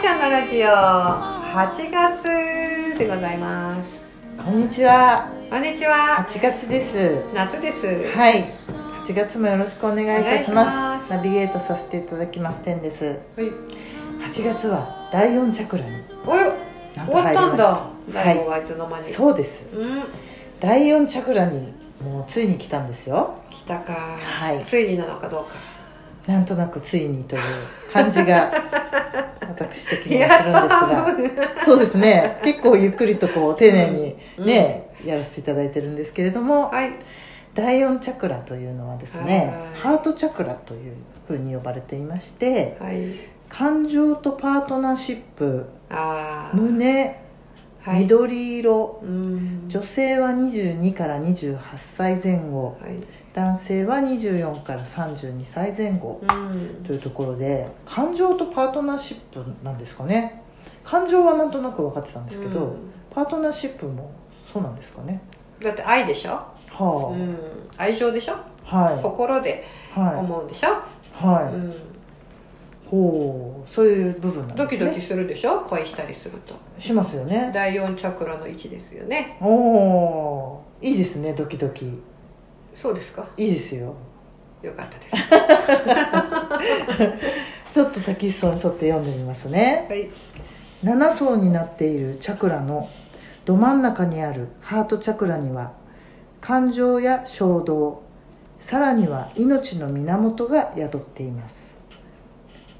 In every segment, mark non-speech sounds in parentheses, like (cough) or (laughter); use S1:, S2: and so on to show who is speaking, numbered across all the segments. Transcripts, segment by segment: S1: ちゃんのラジオ8月でございます
S2: こんにちは。
S1: こんにちは
S2: 8月です。
S1: 夏です
S2: はい。8月もよろしくお願いいたします。
S1: お願いします
S2: ナビゲートさせていただきます天です。
S1: はい
S2: 8月は第4チャクラに
S1: およ
S2: なん
S1: 終
S2: と
S1: わっ
S2: 入りま
S1: た
S2: し
S1: ん
S2: た。
S1: だ大悟がいつの間に、
S2: そうです。
S1: うん
S2: 第4チャクラにもうついに来たんですよ。
S1: 来たか、
S2: はい
S1: ついになのかどうか
S2: なんとなくついにという感
S1: (laughs)
S2: じが私的にはするん
S1: やっ
S2: で
S1: と
S2: すが
S1: 半。分
S2: そうですね。結構ゆっくりとこう丁寧にね、やらせていただいてるんですけれども、
S1: はい
S2: 第四チャクラというのはですね、
S1: はい
S2: ハートチャクラというふうに呼ばれていまして
S1: はい
S2: 感情とパートナーシップ
S1: あー
S2: 胸、
S1: はい
S2: 緑色
S1: うん
S2: 女性は22から28歳前後
S1: はい
S2: 男性は24から32歳前後
S1: うん
S2: というところで感情とパートナーシップなんですかね感情はなんとなく分かってたんですけど、
S1: うん
S2: パートナーシップもそうなんですかね
S1: だって愛でしょ、う
S2: は
S1: ん、愛情でしょ
S2: あ、は
S1: 心で
S2: いは
S1: 思うでしょ、
S2: いはい、
S1: うん、
S2: ほうそういう部分なん
S1: ド
S2: です
S1: キ
S2: ね
S1: ドキするでしょ恋したりすると
S2: しますよね
S1: 第四チャクラの位置ですよね
S2: おおーいいですねドキドキ
S1: そうですか
S2: いいですよ
S1: よかったです
S2: (laughs) ちょっとタキシさんに沿って読んでみますね
S1: はい
S2: 7層になっているチャクラのど真ん中にあるハートチャクラには感情や衝動さらには命の源が宿っています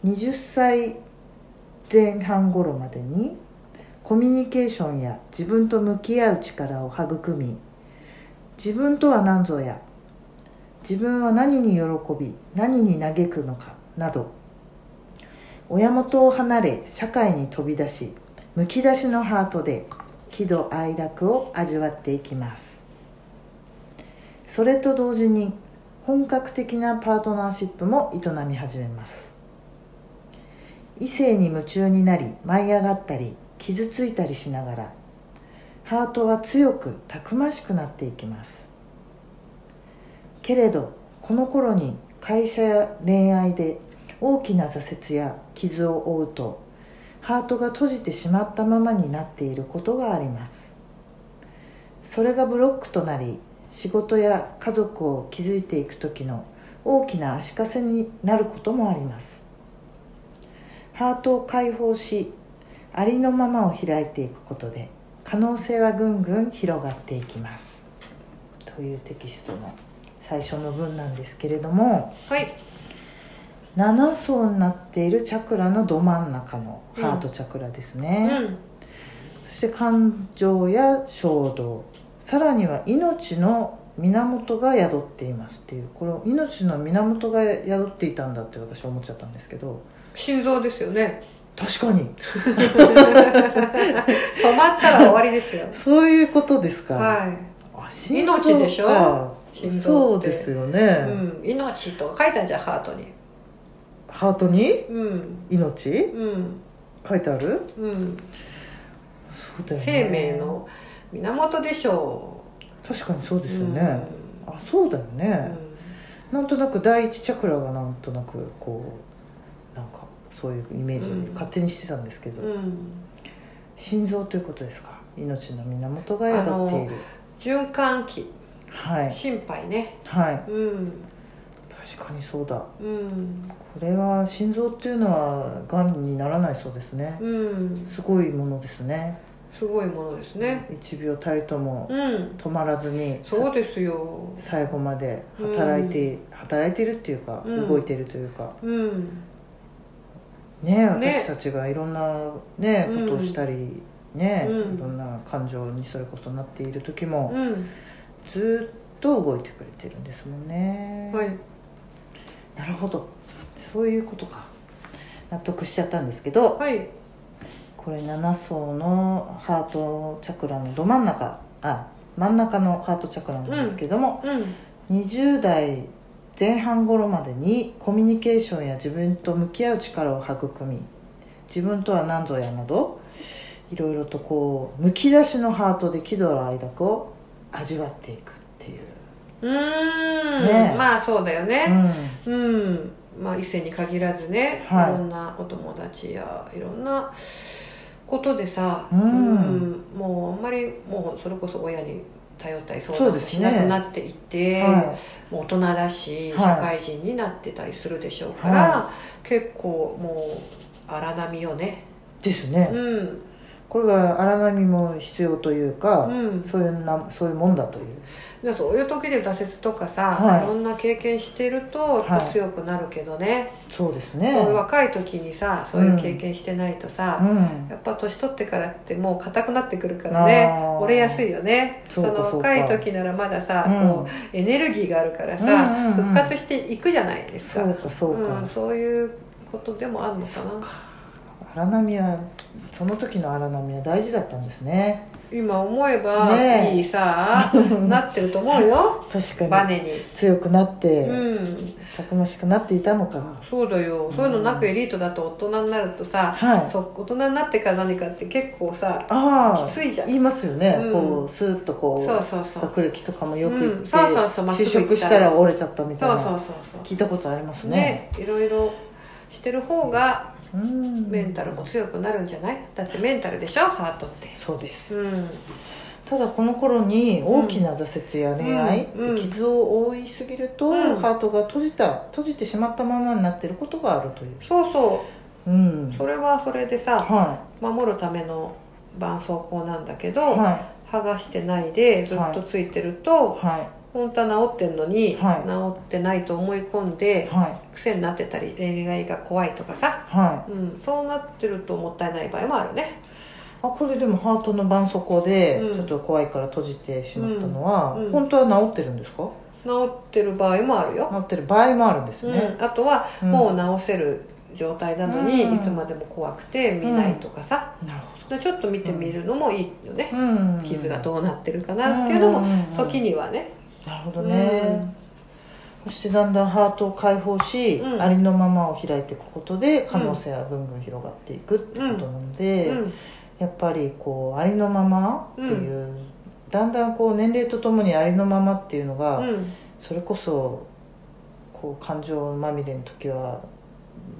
S2: 20歳前半頃までにコミュニケーションや自分と向き合う力を育み自分とは何ぞや自分は何に喜び何に嘆くのかなど親元を離れ社会に飛び出しむき出しのハートで喜怒哀楽を味わっていきますそれと同時に本格的なパートナーシップも営み始めます異性に夢中になり舞い上がったり傷ついたりしながらハートは強くたくましくなっていきますけれどこの頃に会社や恋愛で大きな挫折や傷を負うとハートが閉じてしまったままになっていることがありますそれがブロックとなり仕事や家族を築いていく時の大きな足かせになることもありますハートを解放しありのままを開いていくことで可能性はぐんぐん広がっていきますというテキストの最初の文なんですけれども
S1: はい
S2: 7層になっているチャクラのど真ん中のハートチャクラです
S1: う
S2: ね、
S1: ん
S2: そして感情や衝動さらには命の源が宿っていますっていうこの命の源が宿っていたんだって私思っちゃったんですけど
S1: 心臓ですよね
S2: 確かに
S1: 止まったら終わりですよ
S2: (laughs) そういうことですか、
S1: は
S2: あ
S1: 命でしょ
S2: 心
S1: 心
S2: 臓か
S1: 臓
S2: そ
S1: っ
S2: う
S1: て
S2: ですよね、
S1: い、うん、命と書いたんじゃんハートに
S2: ハートに
S1: うん
S2: 命
S1: うん
S2: 書いてある
S1: うん
S2: そうだよね
S1: 生命の源でしょ
S2: 確かにそう
S1: う
S2: ですよね、あそうだよね、
S1: うんうん
S2: なんとなく第一チャクラがなんとなくこうなんかそういうイメージ
S1: うん
S2: 勝手にしてたんですけど、
S1: うん
S2: 心臓ということですか命の源が宿っている
S1: 循環器
S2: はい
S1: 心肺ね
S2: はい
S1: うん
S2: 確かにそうだ
S1: うん
S2: これは心臓っていうのはがんにならないそうですね、
S1: うん
S2: すごいものですね
S1: すごいものですね
S2: 一秒たりとも
S1: うん
S2: 止まらずに
S1: そうですよ
S2: 最後まで働いて、働いてるっていうか、
S1: うん
S2: 動いてるというか
S1: うん
S2: ね
S1: ね
S2: 私たちがいろんなね
S1: うん
S2: ことをしたりね、
S1: うん
S2: いろんな感情にそれこそなっている時も、
S1: うん
S2: ずっと動いてくれてるんですもんね、
S1: はい
S2: なるほどそういうことか納得しちゃったんですけど
S1: はい
S2: これ7層のハートチャクラのど真ん中あ真ん中のハートチャクラなんですけども、
S1: うん
S2: 20代前半頃までにコミュニケーションや自分と向き合う力を育み自分とは何ぞやなどいろいろとこうむき出しのハートで喜怒哀楽を味わっていくっていう、
S1: うーん
S2: ねえ
S1: まあそうだよ
S2: う
S1: ね
S2: ん、
S1: うんまあ、異性に限らずね、
S2: はい
S1: い、ろんなお友達やいろんなことでさ、
S2: うん
S1: うんもうあんまりもうそれこそ親に頼ったり相
S2: そう
S1: 談
S2: で
S1: も
S2: す
S1: し
S2: ね
S1: なくなっていて、
S2: は
S1: もう大人だし
S2: はい
S1: 社会人になってたりするでしょうから、結構もう荒波よね
S2: い、ですね、
S1: うん
S2: これが荒波も必要というか、
S1: うん
S2: そういうなそういうもんだという
S1: でそういう時で挫折とかさ、
S2: はい
S1: い、ろんな経験してるとやっぱ強くなるけどね、
S2: そうですね
S1: そういう若い時にさそういう経験してないとさ、
S2: うん
S1: やっぱ年取ってからってもう硬くなってくるからね
S2: あー
S1: 折れやすいよね
S2: そ
S1: そう
S2: か
S1: の
S2: そうか
S1: 若い時ならまださ、こ
S2: う
S1: うエネルギーがあるからさ、
S2: うんうんうん
S1: 復活していくじゃないで
S2: ん、
S1: すか
S2: そうかそうか、
S1: ん、そういうことでもあるのかな
S2: 荒波はその時の荒波は大事だったんですね
S1: 今思えば
S2: ねえ
S1: いい
S2: (laughs)
S1: さ、なってると思うよ
S2: 確か
S1: バ
S2: に
S1: ネに。
S2: 強くなって、
S1: うん、
S2: たくましくなっていたのか
S1: そうだよ、そういうのなくエリートだと大人になるとさ、
S2: はい
S1: そう大人になってから何かって結構さ
S2: ああ
S1: きついじゃん
S2: 言いますよね、
S1: うん
S2: こうスーッとこう
S1: そうそうそう
S2: 学歴とかもよく言って、
S1: うんそうそうそうまっす
S2: 就
S1: ぐ行った
S2: 職したら折れちゃったみたい
S1: そう
S2: な
S1: そうそう
S2: 聞いたことあります
S1: そう
S2: ね
S1: ねいろいろしてる方が
S2: うん
S1: メンタルも強くなるんじゃないだってメンタルでしょハートって
S2: そうです
S1: うん
S2: ただこの頃に大きな挫折や恋愛、
S1: うんうん
S2: 傷を覆いすぎると、
S1: うん
S2: ハートが閉じた閉じてしまったままになってることがあるという
S1: そうそううんそれはそれでさ
S2: は
S1: 守るための絆創膏なんだけ
S2: い
S1: ど、
S2: は
S1: 剥がしてないでずっとついてると、
S2: いは
S1: 本当は治ってんのに、
S2: はい
S1: 治ってないと思い込ん
S2: い
S1: で
S2: はい
S1: 癖になってたり恋愛が怖いとかさ、
S2: はい
S1: うん、そうなってるともったいない場合もあるね
S2: あこれでもハートの絆創膏で
S1: うん
S2: ちょっと怖いから閉じてしまったのは、
S1: うんうん
S2: 本当は治ってるんですか
S1: 治ってる場合もあるよ、
S2: 治ってる場合もあるんですよね、
S1: うん、あとは
S2: うん
S1: もう治せる状態なのに、
S2: うん
S1: いつまでも怖くて見ないとかさ、
S2: なるほど
S1: でちょっと見てみるのもいいよね、
S2: うん
S1: 傷がどうなってるかなっていうのも
S2: も
S1: 時にはね、
S2: なるほどね、そしてだんだんハートを解放し、
S1: うん
S2: ありのままを開いていくことで可能性はぐんぐん広がっていくってことなので、
S1: うん
S2: やっぱりこうありのままっていう、だんだんこう年齢とともにありのままっていうのが、
S1: うん
S2: それこそこう感情まみれの時は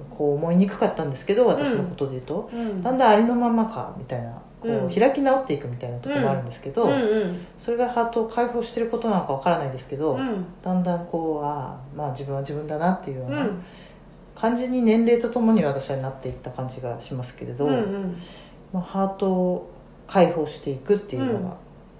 S2: こう思いにくかったんですけど私のことで言うと、
S1: うん
S2: だんだんありのままかみたいなこう、
S1: うん
S2: 開き直っていくみたいなところもあるんですけど、
S1: うんうん
S2: それがハートを解放してることなのかわからないですけど、
S1: うん
S2: だんだんこうあーまあ自分は自分だなっていうよう
S1: う
S2: なん感じに年齢とともに私はなっていった感じがしますけれど、
S1: うんうん
S2: まあ、ハートを解放していくっていうのが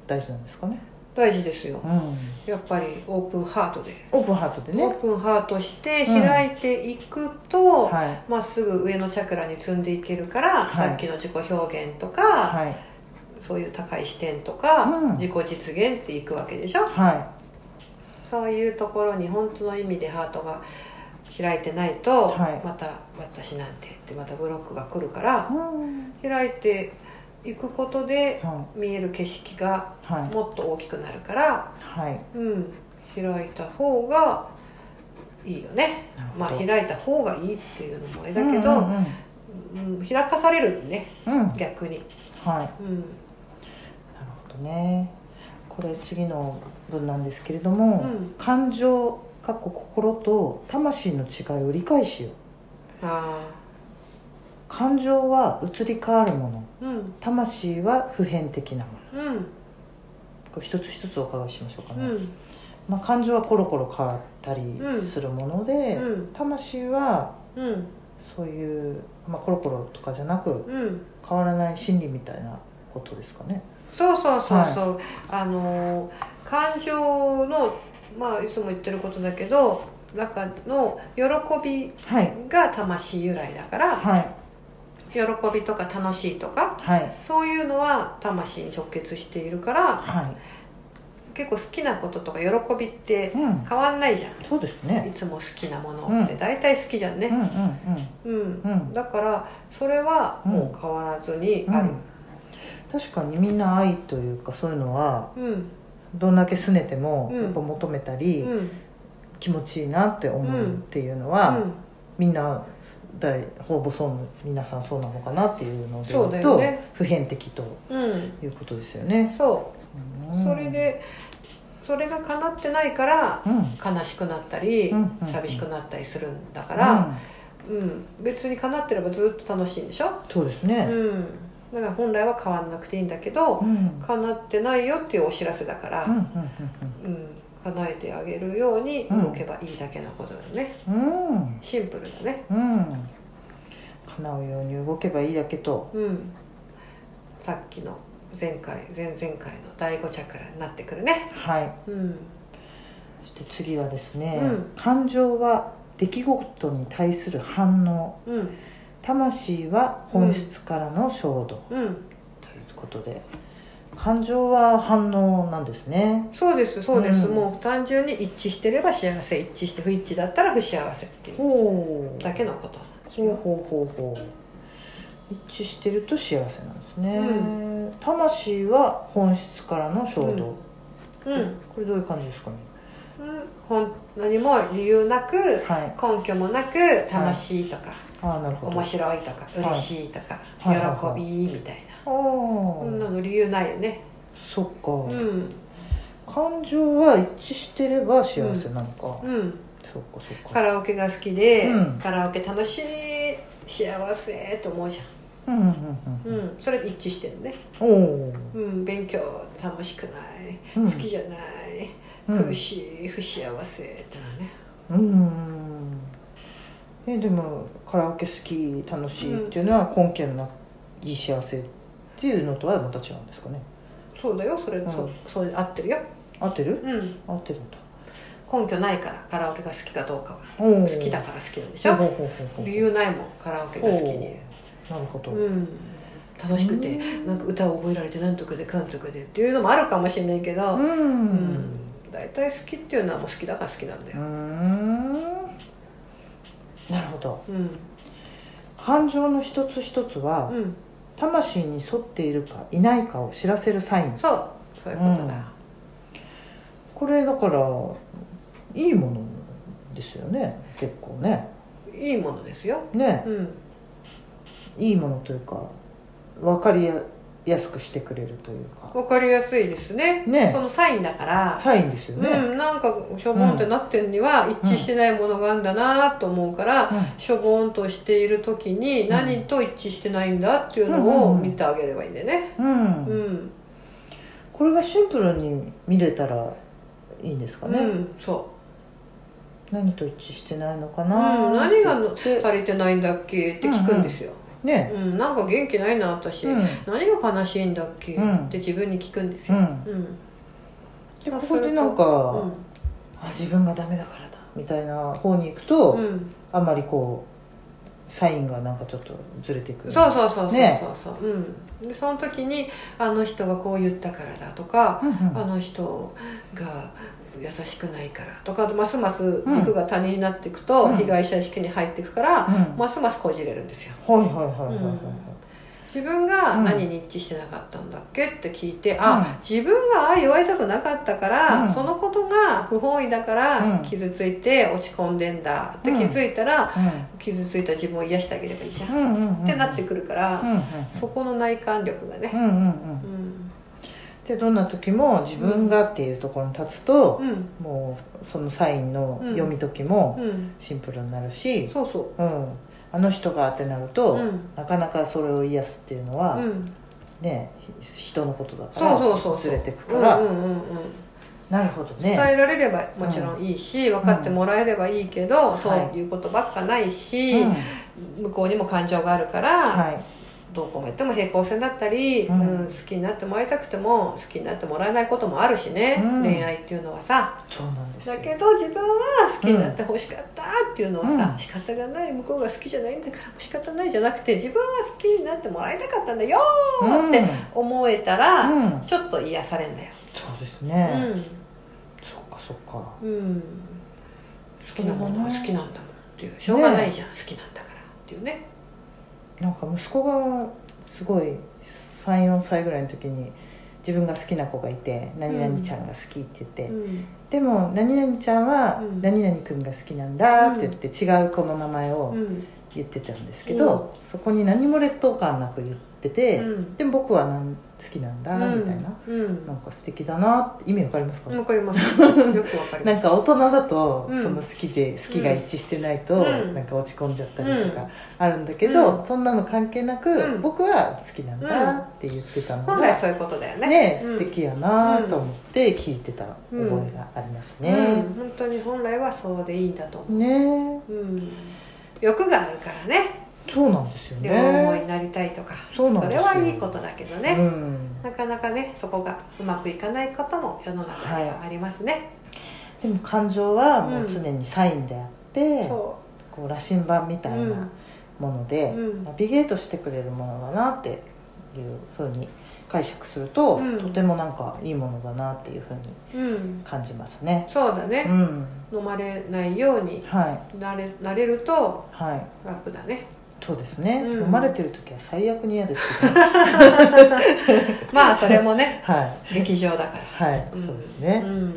S2: 大事なんですかね、
S1: 大事ですよ
S2: うん
S1: やっぱりオープンハートで、
S2: オープンハートで
S1: オー
S2: ね、
S1: プンハートして
S2: うん
S1: 開いていくと、
S2: はい
S1: まっすぐ上のチャクラに積んでいけるから、
S2: はい
S1: さっきの自己表現とか、
S2: はい
S1: そういう高い視点とか、
S2: うん
S1: 自己実現っていくわけでしょ
S2: は
S1: そういうところに本当の意味でハートが開いてないと、
S2: はい
S1: また「私なんて」ってまたブロックが来るから
S2: い、うん
S1: 開いていくことで
S2: はい
S1: 見える景色が
S2: はい
S1: もっと大きくなるから、
S2: はい
S1: うん、開いた方がいいよね
S2: なるほど
S1: まあ開いた方がいいっていうのもあれだけ
S2: う
S1: ど、
S2: んうん
S1: うん開かされるね
S2: うん、うんはい
S1: 逆に、
S2: なる
S1: うん、
S2: ほどねこれ次の文なんですけれども、
S1: うん
S2: 感情かっこ心と魂の違いを理解しよう
S1: あ
S2: 感情は移り変わるもの
S1: あうん
S2: 魂は普遍的なもの
S1: うん
S2: これ一つ一つお伺いしましょうか
S1: う
S2: ね、
S1: ん
S2: まあ、感情はコロコロ変わったりするもので、
S1: うん
S2: 魂は
S1: うん
S2: そういう、まあ、コロコロとかじゃなく
S1: うん
S2: 変わらない心理みたいなことですかね
S1: そうそうそうそう、あのー感情のまあいつも言ってることだけど中の喜び
S2: はい
S1: が魂由来だから
S2: はい
S1: 喜びとか楽しいとか
S2: はい
S1: そういうのは魂に直結しているから
S2: は
S1: 結構好きなこととか喜びって
S2: いうん
S1: 変わんないじゃん
S2: そうです
S1: い
S2: ね
S1: つも好きなものって大体好きじゃん
S2: うんう
S1: ね、
S2: んうん
S1: うん
S2: うん
S1: だからそれはもう変わらずにある、
S2: 確かにみんな愛というかそういうのは
S1: うん
S2: どんだけ拗ねても
S1: うん
S2: やっぱ求めた
S1: う
S2: り、
S1: んうん
S2: 気持ちいいなって思うっていうのは、みんな大ほぼそう皆さんそうなのかなっていうので
S1: そうだ
S2: 言う
S1: よ
S2: と、
S1: ね
S2: 普遍的と
S1: うん
S2: いうことですよね。
S1: そう
S2: うん
S1: それでそれが叶ってないから
S2: うん
S1: 悲しくなったり
S2: うんうんうん
S1: 寂しくなったりするんだから、
S2: うん
S1: うん、別に叶ってればずっと楽しいんでしょ、
S2: そうです
S1: う
S2: ね
S1: ん、だから本来は変わんなくていいんだけど
S2: うんうん
S1: 叶ってないよっていうお知らせだから、
S2: うん
S1: うん、叶えてあげるように動けばいいだけのことだね、
S2: うんうんうん
S1: シンプルだね
S2: うん叶うように動けばいいだけと
S1: うんさっきの前回前々回の第5チャクラになってくるね
S2: はい
S1: うん
S2: そして次はですね、
S1: うん
S2: 感情は出来事に対する反応
S1: うん
S2: 魂は本質からの衝動、
S1: うん
S2: ということで感情は反応なんですね
S1: そうですそうです、
S2: うん
S1: もう単純に一致してれば幸せ一致して不一致だったら不幸せっていう
S2: ほう
S1: だけのことなんです
S2: ほう
S1: よ
S2: ほうほうほう一致してると幸せなんですね、
S1: う
S2: 魂は本質からの衝動、
S1: うん、うん
S2: これどういう感じですかね
S1: ほん、何も理由なく
S2: はい
S1: 根拠もなく楽しいとか、
S2: ああなるほど
S1: 面白いとか
S2: い
S1: 嬉しいとか、
S2: はいはいはい
S1: 喜びみたいな、
S2: ああ、
S1: そんなの理由ないよね
S2: そっか、
S1: うん
S2: 感情は一致してれば幸せなのか、
S1: うん
S2: そっかそっか
S1: カラオケが好きで、
S2: うん
S1: カラオケ楽しい幸せと思うじ
S2: うんうん
S1: ゃ、
S2: うんん
S1: うん、それ一致してるね、
S2: うんおー
S1: うん、勉強楽しくない
S2: うん
S1: 好きじゃない、
S2: うん
S1: 苦しい不幸せってのはね
S2: うんえでもカラオケ好き楽しいっていうのは根拠のないい幸せっていうのとはまた違うんですかね
S1: そうだよそれ、
S2: うん
S1: そそれ合ってるよ、
S2: 合ってる
S1: うん、
S2: 合ってるんだ
S1: 根拠ないからカラオケが好きかどうかは
S2: 好
S1: 好きだから好きなんでし
S2: ほうほ
S1: ょ
S2: うほうほう
S1: 理由ないもんカラオケが好きに、
S2: なるほど、
S1: うん、楽しくて
S2: うん
S1: なんか歌を覚えられてなんとかでかんとかでっていうのもあるかもしれないけど、
S2: うん
S1: うん大体好きっていうのはもう好きだから好きなんだ
S2: うー
S1: よ、
S2: んなるほど
S1: うん
S2: 感情の一つ一つは、
S1: うん、
S2: 魂に沿っているかいないかを知らせるサイン
S1: そうそういうことだ、
S2: これだからいいものですよね結構ね
S1: いいものですよ、
S2: ね
S1: うん、
S2: いいものというか分かりやすくしてくれるというか
S1: わかりやすいですね
S2: ね
S1: そのサインだから、
S2: サインですよね、
S1: うん、なんかしょぼんってなってんには一致してないものがあるんだなと思うから、しょぼんとしている時に何と一致してないんだっていうのを見てあげればいいんだよね、
S2: うん
S1: う
S2: うん、
S1: ん
S2: これがシンプルに見れたらいいんですか
S1: う
S2: ね、
S1: ん、そ
S2: 何と一致してないのか
S1: う、う
S2: な、
S1: ん、何がの
S2: で
S1: 足りてないんだっけって聞くんですよ、
S2: ね
S1: うんなんか元気ないな私、
S2: うん
S1: 何が悲しいんだっけ、
S2: うん
S1: って自分に聞くんです
S2: う
S1: よ、
S2: ん
S1: うん
S2: でここでなんか、
S1: う
S2: あ自分がダメだからだみたいな方に行くと、
S1: んうん、
S2: あんまりこうサインがなんかちょっとずれていく
S1: そうそうそうそうそうそう、
S2: ね
S1: うん、でその時にあの人がこう言ったからだとか、
S2: うんうん
S1: あの人が優しくないからとかますます軸が他人になっていくと、
S2: うん
S1: 被害者意識に入っていくから、
S2: うん
S1: ますますこじれるんですよ
S2: はいはいはいはいはいはい、
S1: 自分が
S2: うん
S1: 何に一致してなかったんだっけって聞いて、
S2: うん
S1: あ自分がああ弱いたくなかったから、
S2: うん
S1: そのことが不本意だか
S2: う
S1: ら
S2: ん
S1: 傷ついて落ち込んでんだって気づいたら、傷ついた自分を癒してあげればいいじゃん、
S2: うんうんうんうん
S1: ってなってくるから、
S2: うんうん
S1: そこの内観力がね、
S2: うんうんうん
S1: うん
S2: でどんな時も自分がっていうところに立つと
S1: う、ん
S2: もうそのサインの読み解きも
S1: うん、
S2: シンプルになるし、
S1: そうそ
S2: うんあの人がってなる
S1: う、
S2: と、
S1: うん
S2: なかなかそれを癒すっていうのは、
S1: うん、
S2: ねひ人のことだか
S1: そうそうそう
S2: ら
S1: そう
S2: ずれてくから、
S1: うんうんうんうん
S2: なるほどね
S1: 伝えられればもちろんいいし、分かってもらえればいいけど、そういうことばっかないし、
S2: うん
S1: 向こうにも感情があるから、
S2: はい
S1: どうこうも言っても平行線だったり、
S2: う
S1: うんん好きになってもらいたくても好きになってもらえないこともあるしね、
S2: うん
S1: 恋愛っていうのはさ
S2: そうなんですよ
S1: だけど自分は好きになってほしかったっていうのはさ、
S2: うん
S1: 仕方がない向こうが好きじゃないんだから仕方ないじゃなくて自分は好きになってもらいたかったんだよ
S2: うん
S1: って思えたら、
S2: うん
S1: ちょっと癒されんだよ。
S2: そうです
S1: う
S2: ね、
S1: ん
S2: そっかそっか
S1: うん、好きなものが好きなんだもんっていうしょうがないじゃん、好きなんだからっていうね
S2: なんか息子がすごい34歳ぐらいの時に自分が好きな子がいて「何々ちゃんが好き」って言って、
S1: うん
S2: でも「何々ちゃんは
S1: うん
S2: 何々くんが好きなんだ」って言って違う子の名前を
S1: うん
S2: 言ってたんですけど、そこに何も劣等感なく言っってて、
S1: うん
S2: でも僕はなん好きなんだみたいな、
S1: うん
S2: なんか素敵だなって意味わかりますか、
S1: わかりますよくわかり
S2: な
S1: ま
S2: ん
S1: す
S2: か大人だと、
S1: うん
S2: その好きで好きが一致してないと、
S1: うん
S2: なんか落ち込んじゃったりとかあるんだけど、そんなの関係なく、
S1: うん
S2: 僕は好きなんだって言ってたのが、
S1: 本来そういうことだよね
S2: ね、
S1: うん
S2: 素敵やなと思って聞いてた覚えがありますね、
S1: うん、本当に本来はそうでいいんだと思
S2: ね
S1: う、うん、欲があるからね
S2: そうなんですよ
S1: 両思い
S2: ね
S1: になりたいとか、
S2: そうな
S1: そ
S2: ん
S1: れ
S2: ですよ
S1: はいいことだけど
S2: う
S1: ね、
S2: ん、
S1: なかなかねそこがうまくいかないことも世の中にはありますね、
S2: でも感情はもう常にサインであって、
S1: そ
S2: こう羅針盤みたいなもので、
S1: うん
S2: ナビゲートしてくれるものだなっていうふうに解釈すると、
S1: うん
S2: とてもなんかいいものだなっていうふうに
S1: う、うん、
S2: 感じますね。
S1: そうだ
S2: う
S1: ね、
S2: ん、
S1: 飲まれないように
S2: はい
S1: なれなれると
S2: はい
S1: 楽だね
S2: そうですね、
S1: うん
S2: 飲まれてる時は最悪に嫌ですけ
S1: (laughs)
S2: ど
S1: まあそれも
S2: (laughs)
S1: ね
S2: はい
S1: 劇場だから
S2: はい、
S1: ん
S2: そうですね、
S1: うん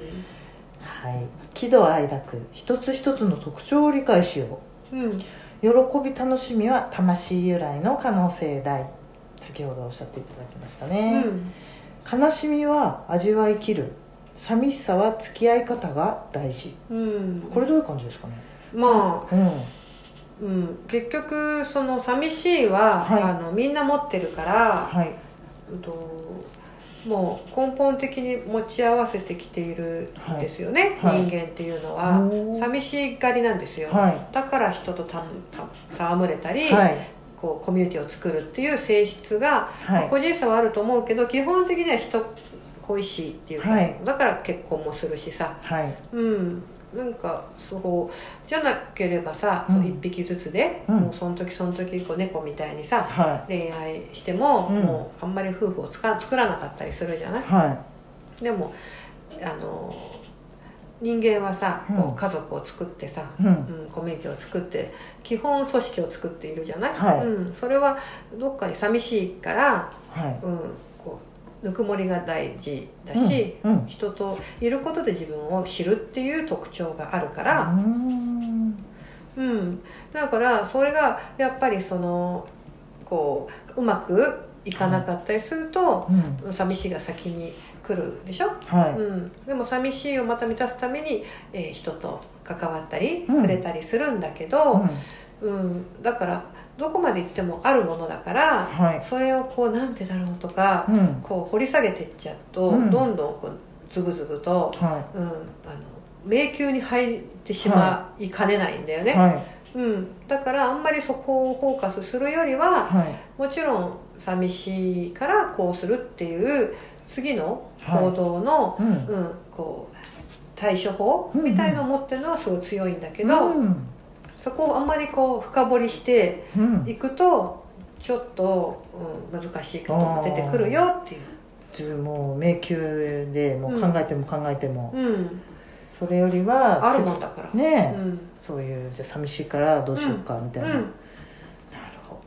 S2: はい喜怒哀楽一つ一つの特徴を理解しよう
S1: うん
S2: 喜び楽しみは魂由来の可能性大先ほどおっしゃっていただきました
S1: う
S2: ね、
S1: ん
S2: 悲しみは味わい切る寂しさは付き合い方が大事
S1: うん、
S2: これどういう感じですかね
S1: まあ
S2: うん
S1: うん、結局その寂しいは、
S2: はい
S1: あのみんな持ってるから、
S2: はい
S1: うんともう根本的に持ち合わせてきているんですよね、
S2: はいはい
S1: 人間っていうのは、
S2: おー
S1: 寂しがりなんですよ、
S2: は
S1: だから人とたた戯れたり、
S2: いはい
S1: こうコミュニティを作るっていう性質が、
S2: はい
S1: 個人差はあると思うけど基本的には人恋しいっていうか、
S2: はい
S1: だから結婚もするしさ
S2: はい
S1: うん、なんかそうじゃなければさ、
S2: うん
S1: 一匹ずつで、
S2: うん
S1: もうその時その時こう猫みたいにさ
S2: は
S1: 恋愛しても、
S2: うん
S1: もうあんまり夫婦をつか作らなかったりするじゃない
S2: いは
S1: でもあの人間はさ、
S2: うん
S1: こう家族を作ってさ、
S2: いうん
S1: うん、コミュニティを作って基本組織を作っているじゃない、
S2: はい
S1: うん、それはどっかに寂しいから、
S2: はい
S1: うん、こうぬくもりが大事だし、
S2: うんうん
S1: 人といることで自分を知るっていう特徴があるか
S2: うー
S1: ら、
S2: ん
S1: うん、だからそれがやっぱりそのこううまくいかなかったりすると、
S2: うん
S1: 寂しいが先に来るでしょ、
S2: は
S1: うん、でも寂しいをまた満たすために、えー人と関わったり
S2: うん
S1: 触れたりするんだけ
S2: いうん
S1: ど、うんだからどこまで行ってもあるものだから
S2: はい
S1: それをこうなんでだろうとか、
S2: うん
S1: こう掘り下げていっちゃうと、
S2: うん
S1: どんどんこうズブズブと
S2: は
S1: うん、あの迷宮に入ってしまいかねないんだよ
S2: い
S1: ね、
S2: はい
S1: うん、だからあんまりそこをフォーカスするよりは
S2: はい
S1: もちろん寂しいからこうするっていう次の行動の、
S2: うん
S1: うん、こう対処法みたいのを持ってるのはすごい強いんだけど、
S2: うん
S1: そこをあんまりこう深掘りして
S2: うん
S1: いくとちょっと、うん、難しいことが出てくるよっていう。
S2: 自分もう迷宮でもう考えても考えても、
S1: うん、
S2: それよりは
S1: あるもんだから、
S2: ねえ、
S1: うん
S2: そういうじゃあ寂しいからどうしようかみたいな、
S1: うん
S2: なるほ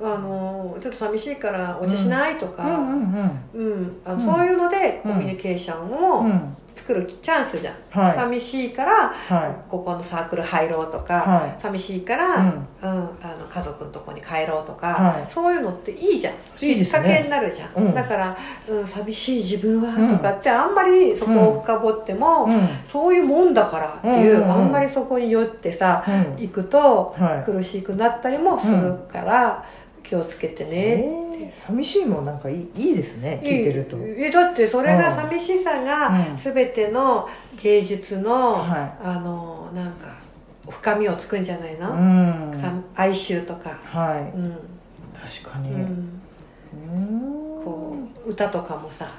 S1: うん、あのちょっと寂しいからお茶しないと
S2: どうん
S1: か、
S2: うんうん
S1: うんあ
S2: うん
S1: のそういうのでコミュニケーショ
S2: う
S1: ンを
S2: ん
S1: 作るチャンスじゃん、
S2: は
S1: 寂しいから
S2: いは
S1: ここのサークル入ろうとか、
S2: は
S1: 寂しいか
S2: い、
S1: ら、うんあの家族のとこに帰ろうとか、
S2: は
S1: そういうのっていいじゃん
S2: いい
S1: き
S2: ですね
S1: っかけになるじゃん、
S2: うん
S1: だから、うん、寂しい自分はとかってあんまりそこを深掘っても、
S2: うんうん
S1: そういうもんだからっていう,、
S2: うんうんうん
S1: あんまりそこに寄ってさ
S2: うん
S1: 行くと
S2: はい
S1: 苦しくなったりもするから気をつけてね、
S2: えー寂しいもなんかいいいいですね聞いてると、
S1: えだってそれ
S2: う
S1: が
S2: ん
S1: 寂しさ
S2: うん
S1: が全ての芸術の、
S2: は
S1: あのなんか深みをつくんじゃないの、
S2: うん
S1: さ哀愁とか、
S2: は
S1: うん
S2: い確か
S1: う
S2: に、うん
S1: ん、
S2: ん
S1: こう歌とかもさ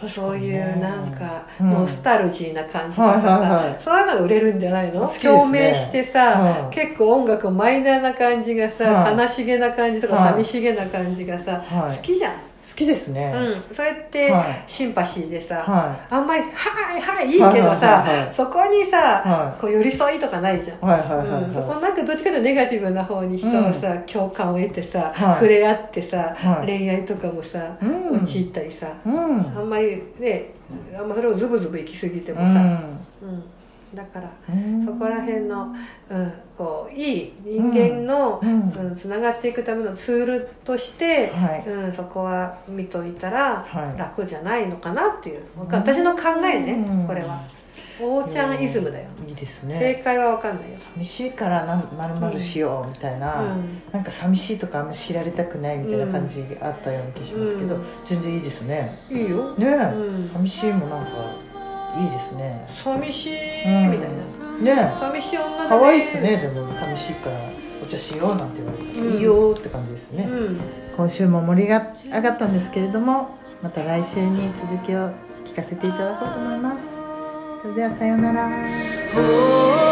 S2: 確かにね
S1: そういうなんか
S2: うん
S1: ノスタルジーな感じと
S2: は
S1: か
S2: い
S1: さ、
S2: はいはい
S1: そういうのが売れるんじゃないの、
S2: 好きですね
S1: 共鳴してさ、
S2: うん
S1: 結構音楽マイナーな感じがさ、
S2: はい
S1: 悲しげな感じとか
S2: はい
S1: 寂しげな感じがさ、
S2: はい
S1: 好きじゃん、
S2: 好きですね、
S1: うん、それって
S2: はい
S1: シンパシーでさ、
S2: は
S1: あんまり「はいはいいいけどさ、
S2: はいはいはい
S1: そこにさ、
S2: はい
S1: こう寄り添いとかないじゃん、
S2: いはいはいはい
S1: うん、そこ
S2: は
S1: なんかどっちかというとネガティブな方に人がさ、共感を得てさ、
S2: はい
S1: 触れ合ってさ、
S2: はい
S1: 恋愛とかもさ、
S2: い、うん
S1: 陥ったりさ、
S2: うん
S1: あんまりねあんまそれをズブズブ行き過ぎても
S2: う
S1: さ、
S2: ん
S1: うんだから
S2: うん
S1: そこら辺の、うん、こういい人間の
S2: う、ん
S1: うん、つながっていくためのツールとして、
S2: はい
S1: うん、そこは見といたら
S2: は
S1: 楽じゃないのかなっていう
S2: うん
S1: 私の考
S2: い
S1: えねこれはおーちゃんイズムだよ
S2: いいです
S1: 正
S2: ね
S1: 解は分かんないよ、
S2: 寂しいからなんまるまるしようみたいな、
S1: うん
S2: なんか寂しいとかあんま知られたくないみたいな感じがあったような気しますけど、
S1: うん
S2: 全然いいですね
S1: いいよ、う
S2: ねえ、
S1: ん、
S2: 寂しいもなんかいいですね
S1: 寂しいみたいな、
S2: ねえ
S1: 寂しい女だね
S2: 可愛いですねでも寂しいからお茶しようなんて言われて、
S1: うん
S2: いいよって感じですね、
S1: うん
S2: 今週も盛りが上がったんですけれどもまた来週に続きを聞かせていただこうと思いますそれではさようなら
S3: 「